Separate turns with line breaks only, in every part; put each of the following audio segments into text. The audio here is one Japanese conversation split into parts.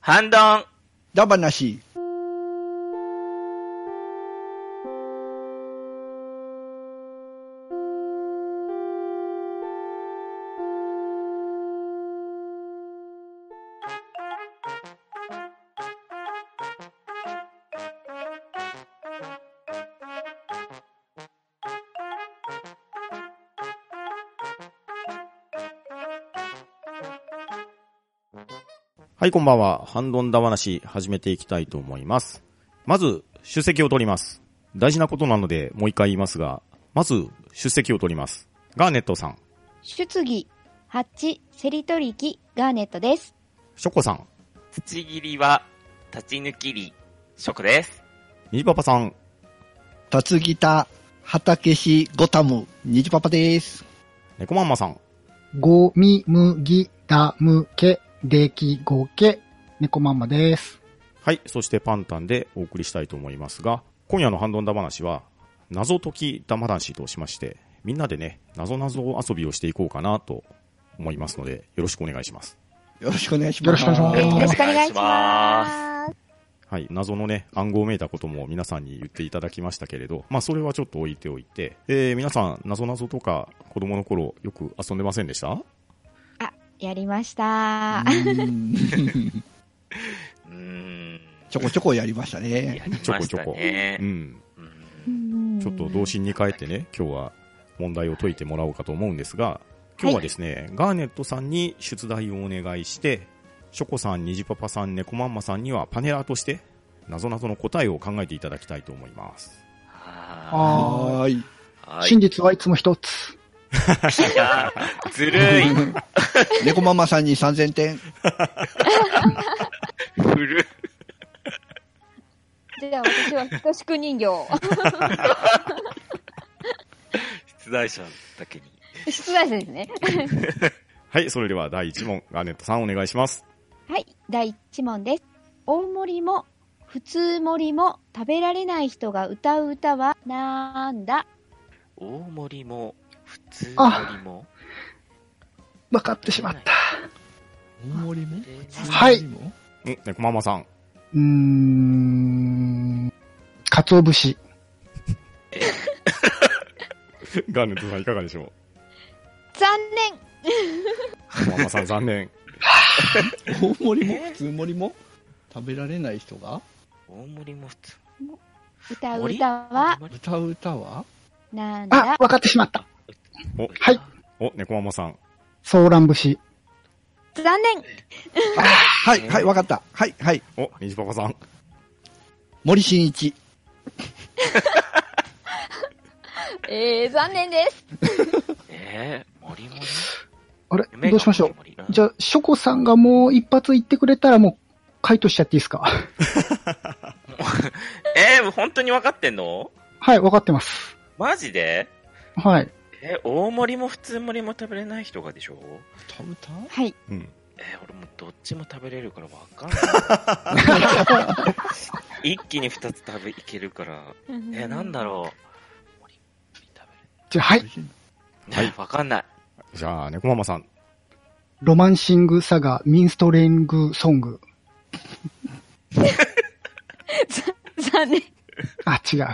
ハンドン。
だばなし。
はい、こんばんは。ハンドンダ話、始めていきたいと思います。まず、出席を取ります。大事なことなので、もう一回言いますが、まず、出席を取ります。ガーネットさん、
出技、8、セリ取り機、ガーネットです。
ショコさん、
土切りは、立ち抜きり、食です。
ニジパパさん、
たつぎた、畑し、ゴタム、にじパパです。
ネコマンマさん、
ごみむぎだむけできごけ。猫ママです。
はい、そしてパンタンでお送りしたいと思いますが、今夜のハンドンダ話は、謎解きダ話としまして、みんなでね、謎謎遊びをしていこうかなと思いますので、よろしくお願いします。
よろしくお願いします。
よろしくお願いし
よ
ま
ろ
す
しくお願いしま
はい、謎のね、暗号めいたことも皆さんに言っていただきましたけれど、まあそれはちょっと置いておいて、えー、皆さん、謎謎とか子供の頃よく遊んでませんでした
す。あ、やりました。
うん
うーん。
ちょこちょこやりましたね。
やりまし
ちょ
た
こちょこ。
ね
う。ん。
うん
ち
ち
ょっと童心に帰ってね、今日は問題を解いてもらおうかと思うんですが、今日はですね、ガーネットさんに出題をお願いして、ショコさん、ニジパパさん、ネコマンマさんにはパネラーとして、謎謎の答えを考えていただきたいと思います。
は
あ
はーい。
ーはい。
真実はいつも一つ。
い やーずるい。
猫ママさんに3000点。
古い。
じゃあ私は、ひとしく人形。
出題者だけに。
出題者ですね。
はい、それでは第1問、ガーネットさんお願いします。
はい、第1問です。大盛りも、普通盛りも、食べられない人が歌う歌は、なんだ
大盛りも、普通盛りも。
わかってしまった。
い。
はい。う
んネコマンマさん。
ーん。かつお節。
ガーネットさんいかがでしょ
残念
うママさん残念。
大盛りも普通盛りも食べられない人が
大盛りも普通。
歌う歌は、
盛り
歌う歌は
なん
あ
だ、
わかってしまった。
お、
はい。
お、猫ママさん。
ソーラン節。
残念
はい、はい、わかった。はい、はい。
お、ニジパパさん。
森進一。
えー、残念です。
えー、盛り盛り
あれ
夢が
どうしましょう。
盛り盛り
じゃあ、ショコさんがもう一発言ってくれたらもう、回答しちゃっていいですか
えー、本当に分かってんの
はい、わかってます。
マジで
はい。
えー、大盛りも普通盛りも食べれない人がでしょ
歌う歌
はい。
うん。
えー、俺もうどっちも食べれるからわかん ない。一気に二つ食べ、いけるから。えー、なんだろう。盛り盛り食
じゃあ、はい。
べれる。わかんない。
じゃあ、猫ママさん。
ロマンシングサガ、ミンストレングソング。
残念。
あ、違う。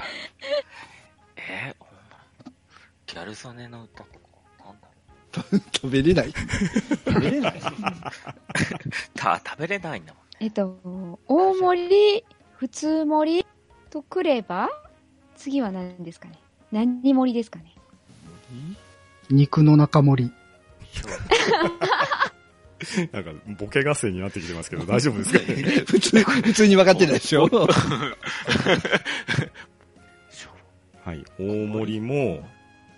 えー、ほんまギャル曽根の歌とか、なんだろう。
食べれない。食べれない。
た、食べれないんだもんね。
えっと、大盛り、普通盛りとくれば、次は何ですかね何盛りですかね
肉の中盛り。
なんか、ボケ合戦になってきてますけど、大丈夫ですかね
普通、普通に分かってないでし ょ。
そう
はい。大盛りも、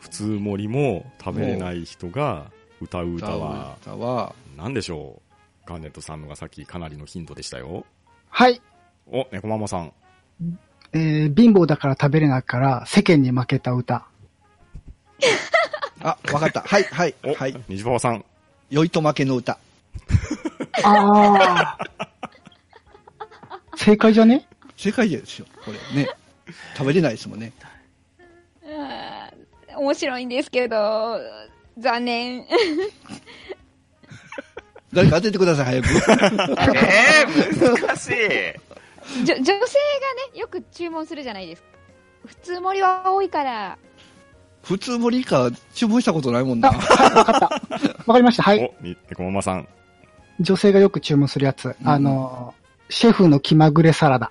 普通盛りも食べれない人が歌う歌は、
歌は、
何でしょうガーネットさんのがさっきかなりのヒントでしたよ。
はい。
お、猫ママさん。
えー貧乏だから食べれないから世間に負けた歌。
あ、わかった。はい、はい、
お、
はい。。
ニジパパさん。
酔いと負けの歌。
ああ。正解じゃね
正解ですよ、これね。食べれないですもんね。
あー面白いんですけど、残念。
誰か当ててください、早く。
え ー、難しい。
じょ女性がね、よく注文するじゃないですか。普通盛りは多いから、
普通盛り以下注文したことないもんな。
わかった。わかりました。はい。
お、に、ネコママさん。
女性がよく注文するやつ。
ん
あの、シェフの気まぐれサラダ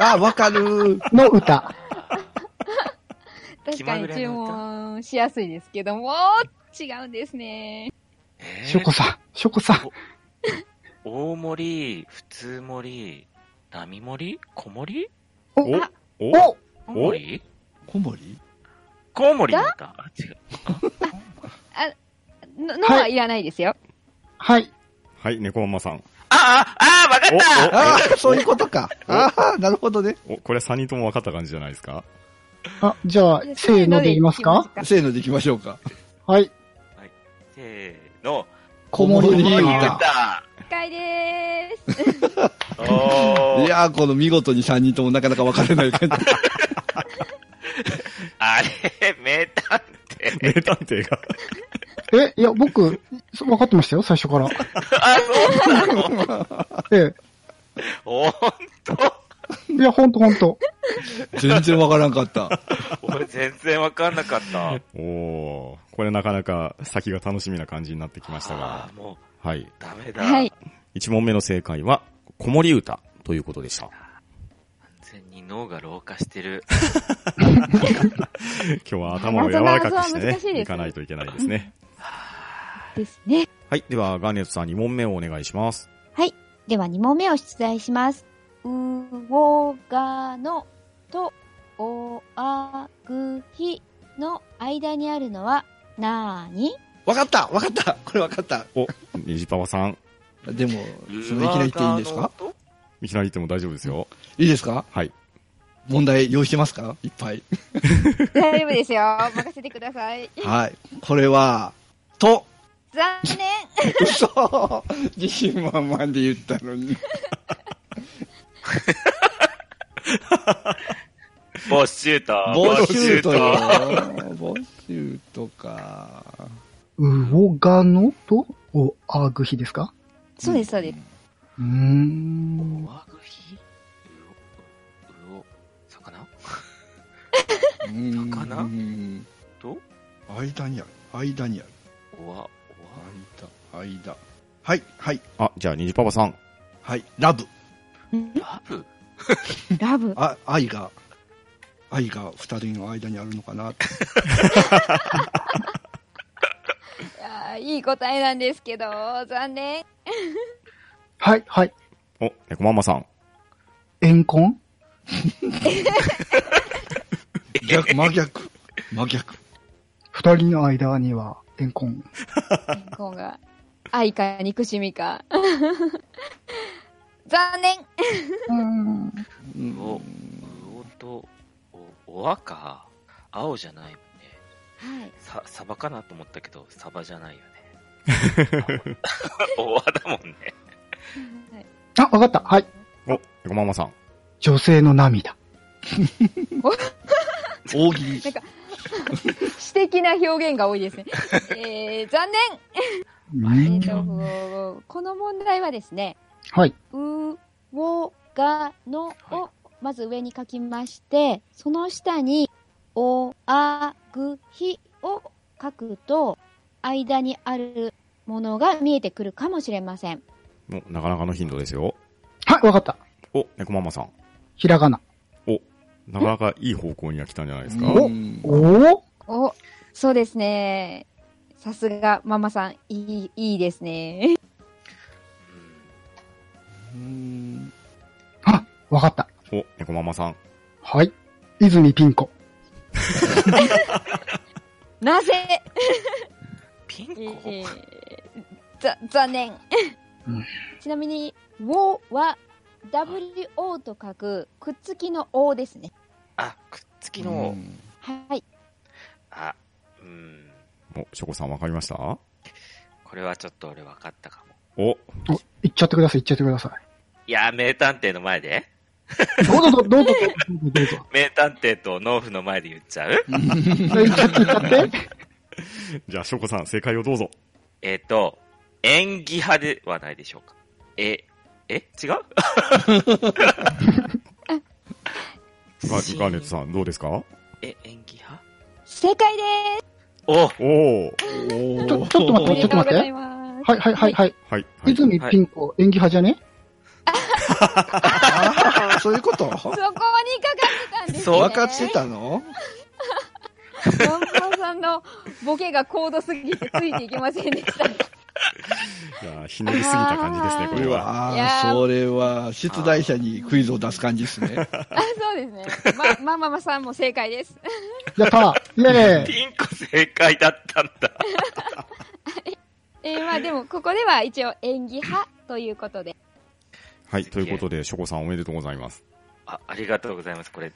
あ、わかる。
の歌。
確かに注文しやすいですけども、違うんですね。
えー
ショコさん、ショコさん。
大盛り、普通盛り、並盛り小盛り
お
あ、
お
お
小盛り
小森
小盛りなんだ。あ違う。
ののはいらないですよ。
はい。
はい、ネコママさん。
ああ、ああ、わかった
ああ、そういうことか。
お
ああ、なるほどね。
お、これ3人とも分かった感じじゃないですか
あ、じゃあ、せーので言いますか
せーので
せーのでいきましょうか。
はい。
せーの。
小森
小森
い
わ
い
か
歌
っ。た
一回でーす。
お
い
ー。
やー、この見事に3人ともなかなか分からない 感じ。
あれ、名探偵。
名探偵が。
え、いや、僕、そ分かってましたよ、最初から。
あ、そうなの
え
ほんと
え。いや、ほんとほんと。
全然分からんかった。
俺全然わかんなかった。
おー、これなかなか先が楽しみな感じになってきました
あ
が
ー、。もう、
はい。
ダメだ。
はい。
1問目の正解は、子守歌ということでした。
完全に脳が老化してる。
今日は頭を柔らかくして
なぞなぞは難しい
ね、
です
いかないといけないですね。
ですね。
はい、では、ガーネットさん2問目をお願いします。
では2問目を出題します。うおがのとおあぐひの間にあるのはなーに
分かった分かったこれ分かった
お、ニジパパさん、
でも、そのいきなり言っていいんですか
うわ
いきなり言っても大丈夫ですよ。
いいですか
はい。
問題用意してますかいっぱい。
大丈夫ですよ。任せてください。
はい。これは、と、
残念
嘘自信満々で言ったのに。
ーボッシュート。
ボッシュ
ボッシュー
ート
ト
よ。ボッシュートか。
うおがのと、おあぐひですか
そうです、そうです。
うーん。
わぐひうお、うお、魚
うん。
魚
うん
と、
間にある。間にある。
おわ、
間、間。はい、はい、
あ、じゃあ、ニジパパさん。
はい。ラブ。
おわ、ラブ
ラブ。
あ、愛が、愛が二人の間にあるのかなって。
いやーいい答えなんですけど、残念。
はい、はい。
お、ネコママさん。
エンコン
逆、真逆。真逆。
二人の間には、エンコン。
レンコンが。愛か憎しみか。 残念
うーん。
うん
おうおと、お、おわか。青じゃないもんね。
はい。
さ、サバかなと思ったけど、サバじゃないよね。おわだもんね。
あ、わかった。はい。
お、ネコママさん。
女性の涙。
大喜利。
詩的な表現が多いですね。えー、残念
う
え
ーん
ーと、この問題はですね、
はい。
う、お、が、のをまず上に書きまして、その下に、お、あ、ぐ、ひを書くと、間にあるものが見えてくるかもしれません。
お、なかなかの頻度ですよ。
はい、わかった。
お、ネコママさん。
ひらがな。
お、なかなかいい方向には来たんじゃないですか。
うん
おお
お、そうですね。さすが、ママさん、いい、いいですね。
うん
あ、わかった。
お、ネコママさん。
はい。泉ピン子。
なぜ、
ピン
え
コ、
ー、ざ、残念
うん。
ちなみに、をは、WO と書く、くっつきの O ですね。
あ、くっつきの、
うん
はい。
あ、うん。
お、ショコさんわかりました
これはちょっと俺分かったかも。
お、
お、言っちゃってください、言っちゃってくださ
いやー、名探偵の前で
い。どうぞ、どうぞ、どうぞ、どうぞ。
名探偵と農夫の前で言っちゃう
言っちゃって、言っちゃって。
じゃあ、ショコさん、正解をどうぞ。
えっ、と、演技派ではないでしょうか。え、え違 う
ガガーネットさん、どうですか
え、演技派
正解で
お
おお
ちょ、ちょっと待っ
す。おめで
て、ちょっと
とう
待
ご
っ
ざ
て
い。ます。
はいはいはいはい。
はい、はい。
泉ピン子、演技派じゃね
ああ、そういうこと
そこにかかってたんですね。
そう
分かってたの
ワンパンさんのボケが高度すぎてついていけませんで した。
いやーひねりすぎた感じですね、これ
う
は。
わ
いやー
ーそれは、出題者にクイズを出す感じですね。
あ、そうですね。ま、まあまあまあさんも正解です。
やっ たーイェーイ
ピンク正解だったんだ。
えー、まあでも、ここでは一応演技派ということで。
はい、ということで、ショコさんおめでとうございます。
あ、ありがとうございます。これ、ん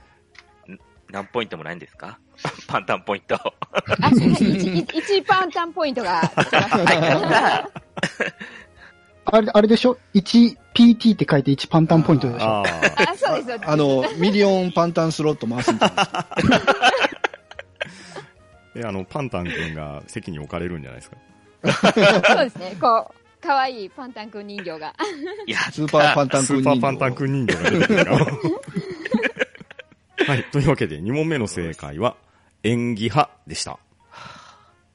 何ポイントもないんですか パンタンポイント。
あ、1パンタンポイントがつきました。
あれ、あれでしょ ?1PT って書いて1パンタンポイントでしょ
ああ、
あ、そうです。
あの、ミリオンパンタンスロット回すみた いな。
で、あの、パンタン君が席に置かれるんじゃないですか。
そうですね。こう、かわいいパンタンくん人形が。
やった
スーパーパンタン
ス
君
ーパー
人形
パンタン君人形が出てくるから。 はい、というわけで、2問目の正解は、演技派でした。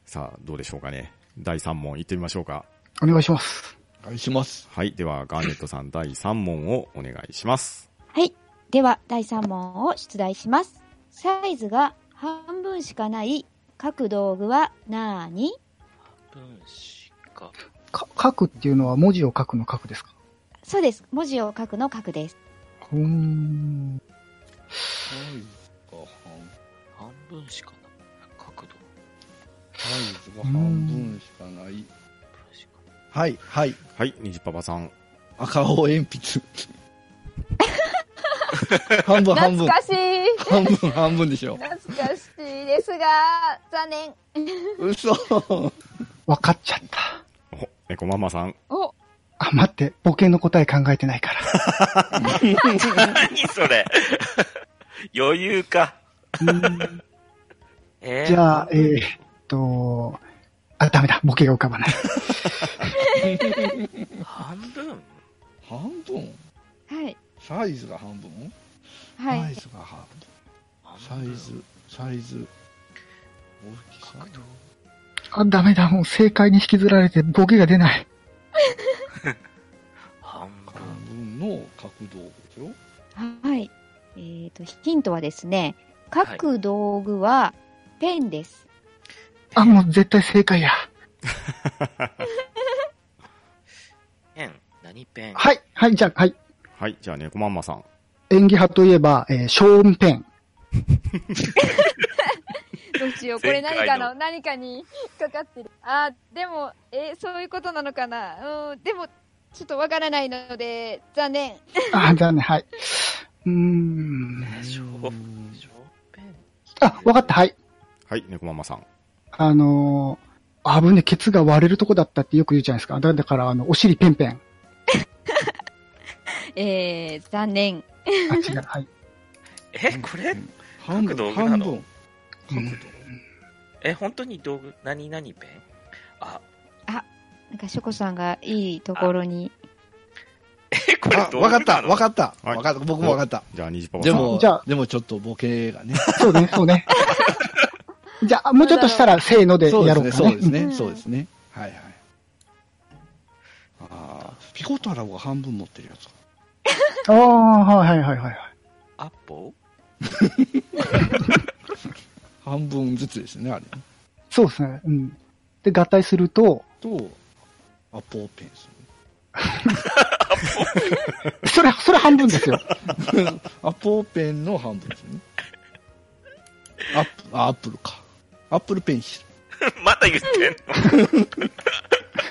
さあ、どうでしょうかね。第3問、行ってみましょうか。
お願いします。
お願いします。
はい、では、ガーネットさん、第3問をお願いします。
はい。では、第3問を出題します。サイズが半分しかない各道具は何
分子か。
か書くっていうのは文字を書くの書くですか
そうです。文字を書くの書くです。
うーん。
半分しかな。角度。
サイズが半分しかない。
分子か。
はい、はい。
はい、ニジパパさん。
赤青鉛 筆。半分、半分。
しい。
半分、半分でしょ。
懐かしいですが、残念。
嘘。
わかっちゃった。
お、猫ママさん。
お、
あ、待って、ボケの答え考えてないから。
何それ余裕か。 えー
じゃあ、えー、っと、あ、ダメだ、ボケが浮かばない。
半分
半分
はい。
サイズが半分
はい。
サイズが半
半
分。サイ
分
ズ、サイズ。大きさ。
あ、ダメだ、もう正解に引きずられて、ボケが出ない。
半分
半分の角度でしょ
はい。えー、と、ヒントはですね、書く道具はペンです。
あ、もう絶対正解や。
ペン何ペン
はい、はい、じゃあ、はい。
はい、じゃあ、猫ママさん。
演技派といえば、えーショーンペン。
どうしよう、こ
前
れ
回
何か
の
の、何かに引っかかってる。あー、でも、えーそういうことなのかな。うん、でも、ちょっとわからないので、残念。
あ、残念、はい。うーん。
でしょでしょペン
あ、わかった、はい。
はい、猫ママさん。
あのー、危ね、ケツが割れるとこだったってよく言うじゃないですか。だだから、あの、お尻ペンペン。
えー、残念。
あ、違う、はい。
え、これ
半
角度
分、
なの
半分。
う
角
ん
度。
え、本当に道具何何ペンあ、
なんか、ショコさんがいいところに。
え、これ
あ、
道具
わかった、わか
っ
った。
はい
わかった。僕もわかった。
じゃあ、ニジパパさ
で
ん。
も
じゃあ、
でもちょっとボケがね。
そうね、そ うね。じゃあ、もうちょっとしたら、せーので
そうで
や
す
ろう
ね、
か
そう
ね
です。
う
ね、
ん
そうですね。はいはい。ああ、ピコ太郎が半分持ってるやつか。
ああ、はいはいはいはい。
た。アポ
半分ずつですね、あれ。
そうですね。うん。で、合体すると、
と、アポーペンス。
それ、それ半分ですよ。
アポーペンの半分ですね。アップ、あアップルか。アップルペンシル。
また言ってんの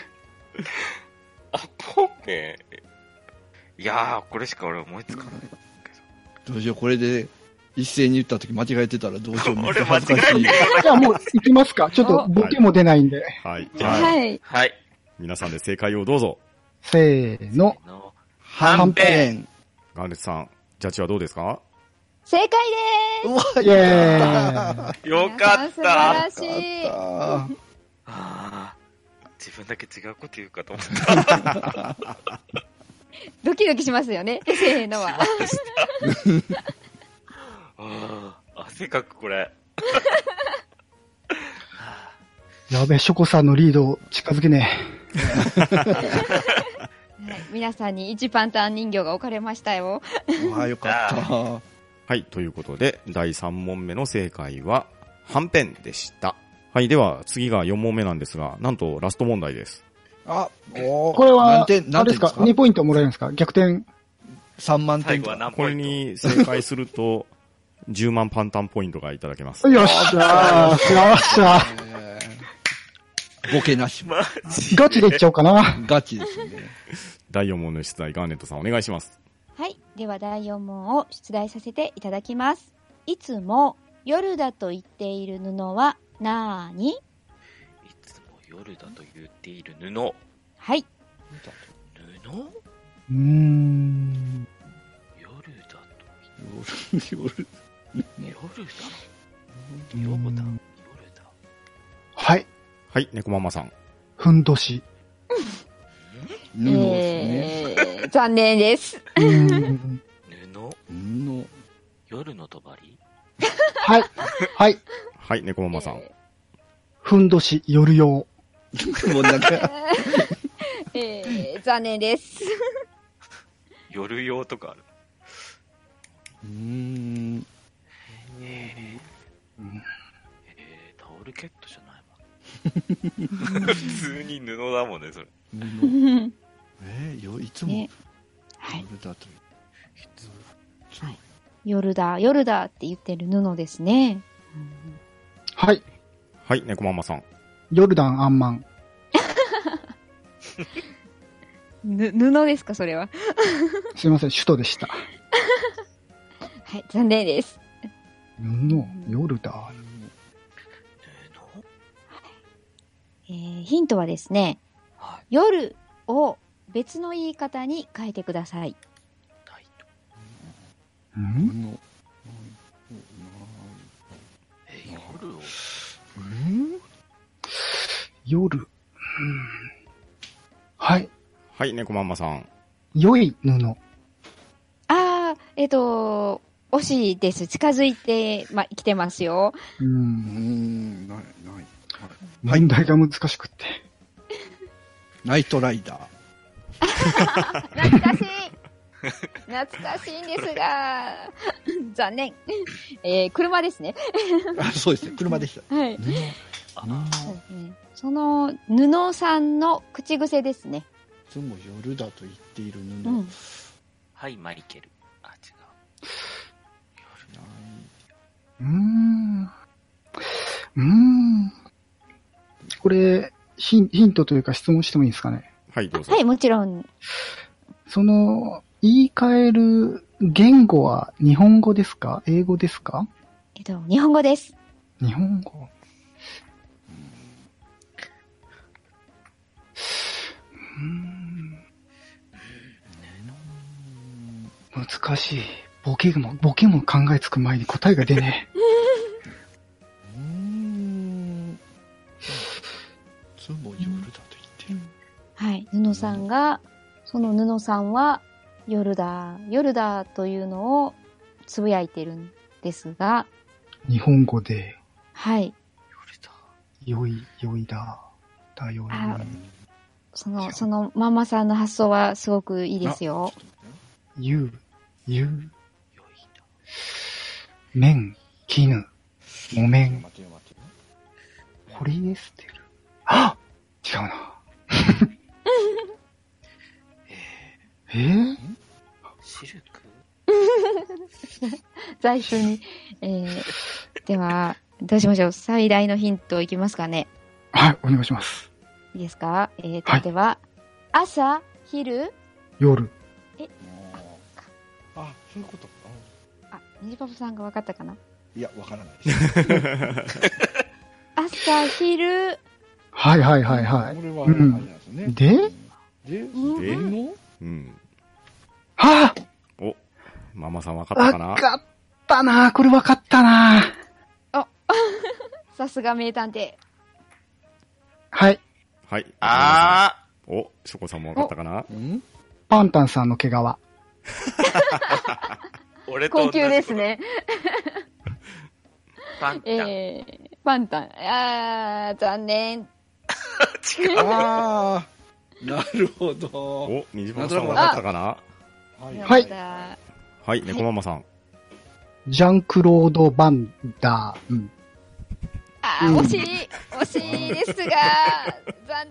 アポペンいやー、これしか俺思いつかない。
どうしよう、これで一斉に言った時間違えてたらどうしよう、めっち
俺
ゃ
間違
恥ず
え
かしてい
る。。
じゃあもう、行きますか。ちょっと、ボケも出ないんで。
はい、じゃあ、
はい。
はい。
皆さんで正解をどうぞ。
せーの。
の
半ペン。
ガーネットさん、ジャッジはどうですか
正解で
うわ、
イェーイ。
ーす
よかっ
皆
た
さん素晴らしい。
あー
ああ、自分だけ違うこと言うかと思った。
ドキドキします よね。せーのは。
ああ、汗かく、これ。
やべ、ショコさんのリードを近づけね
はい皆さんに一パンタン人形が置かれましたよ。
ああ、よかった。
はい、ということで、第3問目の正解は、はんぺんでした。はい、では、次が4問目なんですが、なんとラスト問題です。
あ、お
え。これ
何
は、
点、
あ
何点
れで
ですすか
か ?2 ポイントもらえるんですか逆転。
?3 万
最
点
後は
か。
何
こ
ポイ
れ
ント
に正解すると、10万パンタンポイントがいただけます。
よっしゃー。よっしゃー。
えーボケなし。
マジ
ガチでいっちゃおうかな。
ガチです ね。
第4問の出題、ガーネットさんお願いします。
はい。では第4問を出題させていただきます。いつも夜だと言っている布はなーに
いつも夜だと言っている布。
はい。
布
うーん。
夜だと
夜
言って、夜だ夜だ
うん
夜だ。
はい。
はい、猫ママさん。
ふんどし。
布ですね。
えー残念です。
うーん。
布
布。
夜のとばり
はい。はい。
はい、猫ママさん。
ふんどし、夜用。
もうなんか、
えー残念です。
夜用とかある。
うーん。
え
うん
ー、タオルケットじゃない もん。普通に布だもんね、それ。
布。えー、よ、いつも
ね、はい。
夜だという。
夜だ、夜だって言ってる布ですね。
はい。
はい、猫ママさん。
ヨルダン、アンマン。
ぬ布ですか、それは。
すいません、首都でした。
はい、残念です。
布、ヨルダン。
布
えーヒントはですね、
は
夜を別の言い方に変えてください。
い。ないと。
ん
布。ない
えー、夜を
うん
夜。うんはい。
はい、猫ママさん。
良い布。
あー、えっ、と、惜しいです。近づいて、ま、来てますよ。
う。
うんん、ない、ない。
問題が難しくって。
ナイトライダー。
懐かし い懐かしいんですが、残念。えー車ですね。
あそうですね、車でした。
はい。
布。あ
そうですねその、布さんの口癖ですね。
いつも夜だと言っている布。
う
ない
ん。
はい、マイケル。あ、違
うーん。うーん。これ、ヒンヒントというか質問してもいいですかね。
はい、どうぞ。
はい、もちろん。
その、言い換える言語は日本語ですか英語ですか
えっと、日本語です。
日本語。うーん難しい。ボケも、ボケも考えつく前に答えが出ねえ。
うーん。いつも夜だと言ってる。
はい、布さんが、その布さんは、夜だ、夜だというのをつぶやいてるんですが、
日本語で、
はい、
良い、良いだ、だよ
あ
い、
その、そのママさんの発想はすごくいいですよ。
ゆう、ゆう、
う。よいだ。
めん、きぬ、木綿、
待てよ待てよ。
ポリエステル。あ違うな。えー、
シルク
最初に。えー、では、どうしましょう。最大のヒントいきますかね。
はい、お願いします。
いいですかえーと、
はい
では、朝、昼、
夜。
あ、そういうことか。
あ、ニジパパさんが分かったかない
や、わからない
朝、昼、
はいはいはいはい
こ。れはあれなんですね。
で
で、
うん
で
うん
の
うん。
は
お、ママさんわか
あ
った
わ
かな
かったなこれわかったな
さすが名探偵。
はい。
はい。
あ
お、ショコさんもわかったかな
うん
パンタンさんの毛皮。
俺と同
高
じこと
級です。ね。
パンちゃん。
えー、パンタン。あー、残念。
ああ、なるほど。
お、にじまさんわかったかな
はい
はい
残念だ
はい、猫ママさん。
ジャンクロード・バンダー。うん。
あ
うん
ー、惜しい。惜しいです が、残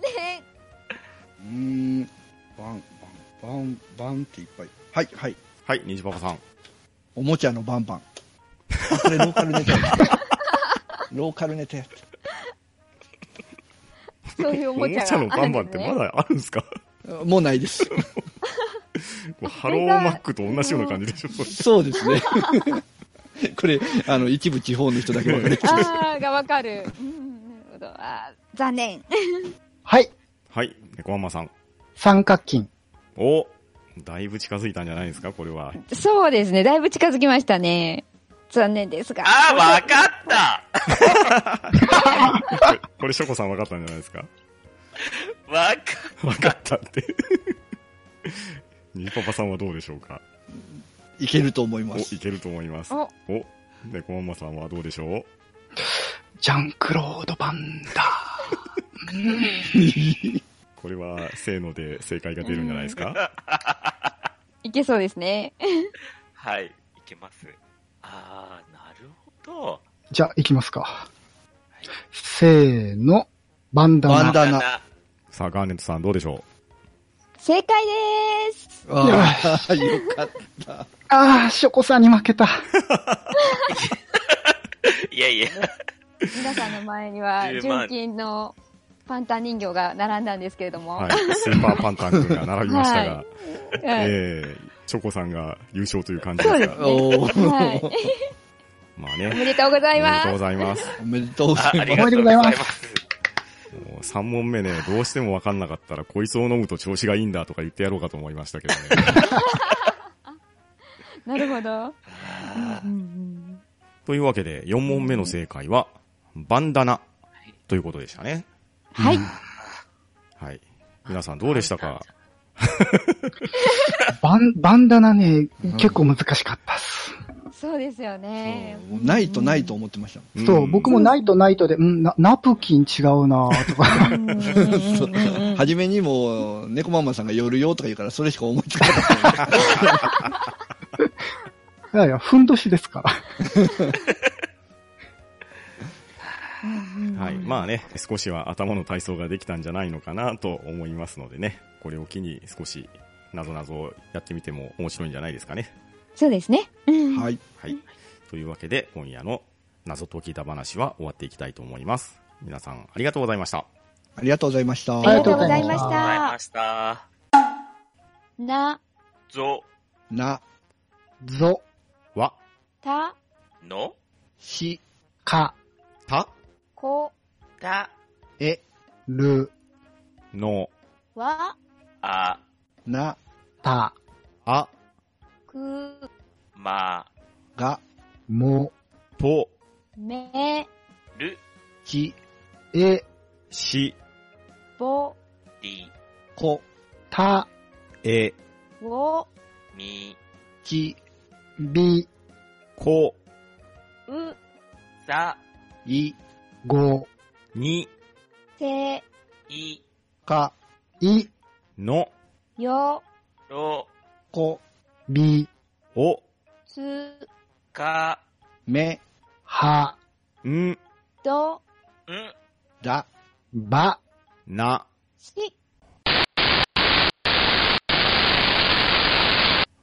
念。
うーん、バン、バン、バン、バンっていっぱい。はい、はい。
はい、にじままさん。
おもちゃのバンバン。あこれローカル ネタや。ローカルネタや。
そういうお
おも
も
ち
ちゃ
ゃの
があ
バ
る
ン
ん
バン
で
っ
す
て
ね
ま。だあるんで すか
もうないです。
ハローマックと同じような感じでしょそれ
そうですね。 これ、あの、一部地方の人だけ わかる。
あー、がわかる。うん、なるほど。あー、残念。
はい。
はい、猫ママさん。
三角筋。
お、だいぶ近づいたんじゃないですかこれは。
そうですね。だいぶ近づきましたね。残念ですが。
あー、わかった
これ、ショコさんわかったんじゃないですか
わかっ
わかったって。にじパパさんはどうでしょうか
いけると思いま
お、
す
い。けると思います。
お
お、猫ママさんはどうでしょう
ジャンクロード・バンダ
これは、せーので正解が出るんじゃないですか、
いけそうですね。
はい、いけます。あー、なるほど。
ー。じゃあ、行きますか。せーの。バンダナ。
バンダナ
さあ、ガーネットさんどうでしょ
正解です。
ああ、 よかった。
あー、ショコさんに負けた。
いやい や、
皆さんの前には、
10万
純金のパンタン人形が並んだんですけれど
う
も。
はい。スーパーパンタン君が並びましたが、
はうん
えー、チョコさんが優勝という感じです
そう
が。
です
おー
はい。
まあ
お
ね。
めでとうござ
あ
い
りが
ま
とうご
す。
ざいます。
おめでとうござ
あ
い
あ
ます。
りがとうございます。
もう3問目ね、どうしてもわかんなかったら、こいつを飲むと調子がいいんだとか言ってやろうかと思いましたけどね。
なるほど。
あー
というわけで、4問目の正解は、バンダナということでしたね。
はい。
はい。皆さんどうでしたか
バン、バンダナね、結構難しかったっす。
そうですよね。
もうないとないと思ってました。
そう、僕もナイトナイトで、うん、ナナプキン違うなとか。
うんうんうんうんうん
初めにもう、猫ママさんが寄るよとか言うから、それしか思いつかなかった。
いやいや、ふんどしですから。
はい。まあね、少しは頭の体操ができたんじゃないのかなと思いますのでね、これを機に少し、なぞなぞをやってみても面白いんじゃないですかね。
そうですね。うん
はい。
はい。というわけで、今夜の謎解きだ話は終わっていきたいと思います。皆さん、ありがとうございました。
ありがとうございました。
ありがとうございま
あ
し
ございま
た。
した。
な、
ぞ、
な、
ぞ、
わ、
た、
の、
し、
か、
た、
こ、
た、
え、
る、
の、
わ、
あ、
な、
た、
あ、
く、
ま、
が、
も、
と、
め、
る、
き、
え、
し、
ぼ、
り、
こ、
た、
え、
を、
み、
き、
び、
こ、
う、
さ、
い、
ご、
に、
せ、
い、
か、
い、
の、
よ、
ろ、
こ、
び、
お、
つ、
か、
め、
は、
ん、
ど、
ん、
だ、
ば、
な。
し、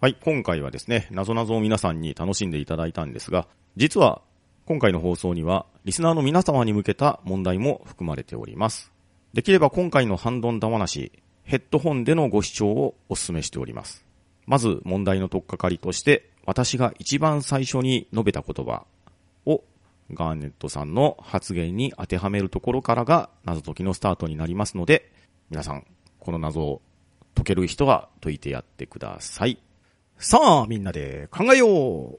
はい、今回はですね、なぞなぞを皆さんに楽しんでいただいたんですが、実は、今回の放送には、リスナーの皆様に向けた問題も含まれております。できれば今回のハンドン玉なし、ヘッドホンでのご視聴をお勧めしております。まず、問題の取っかかりとして、私が一番最初に述べた言葉を、ガーネットさんの発言に当てはめるところからが謎解きのスタートになりますので、皆さん、この謎を解ける人は解いてやってください。さあ、みんなで考えよう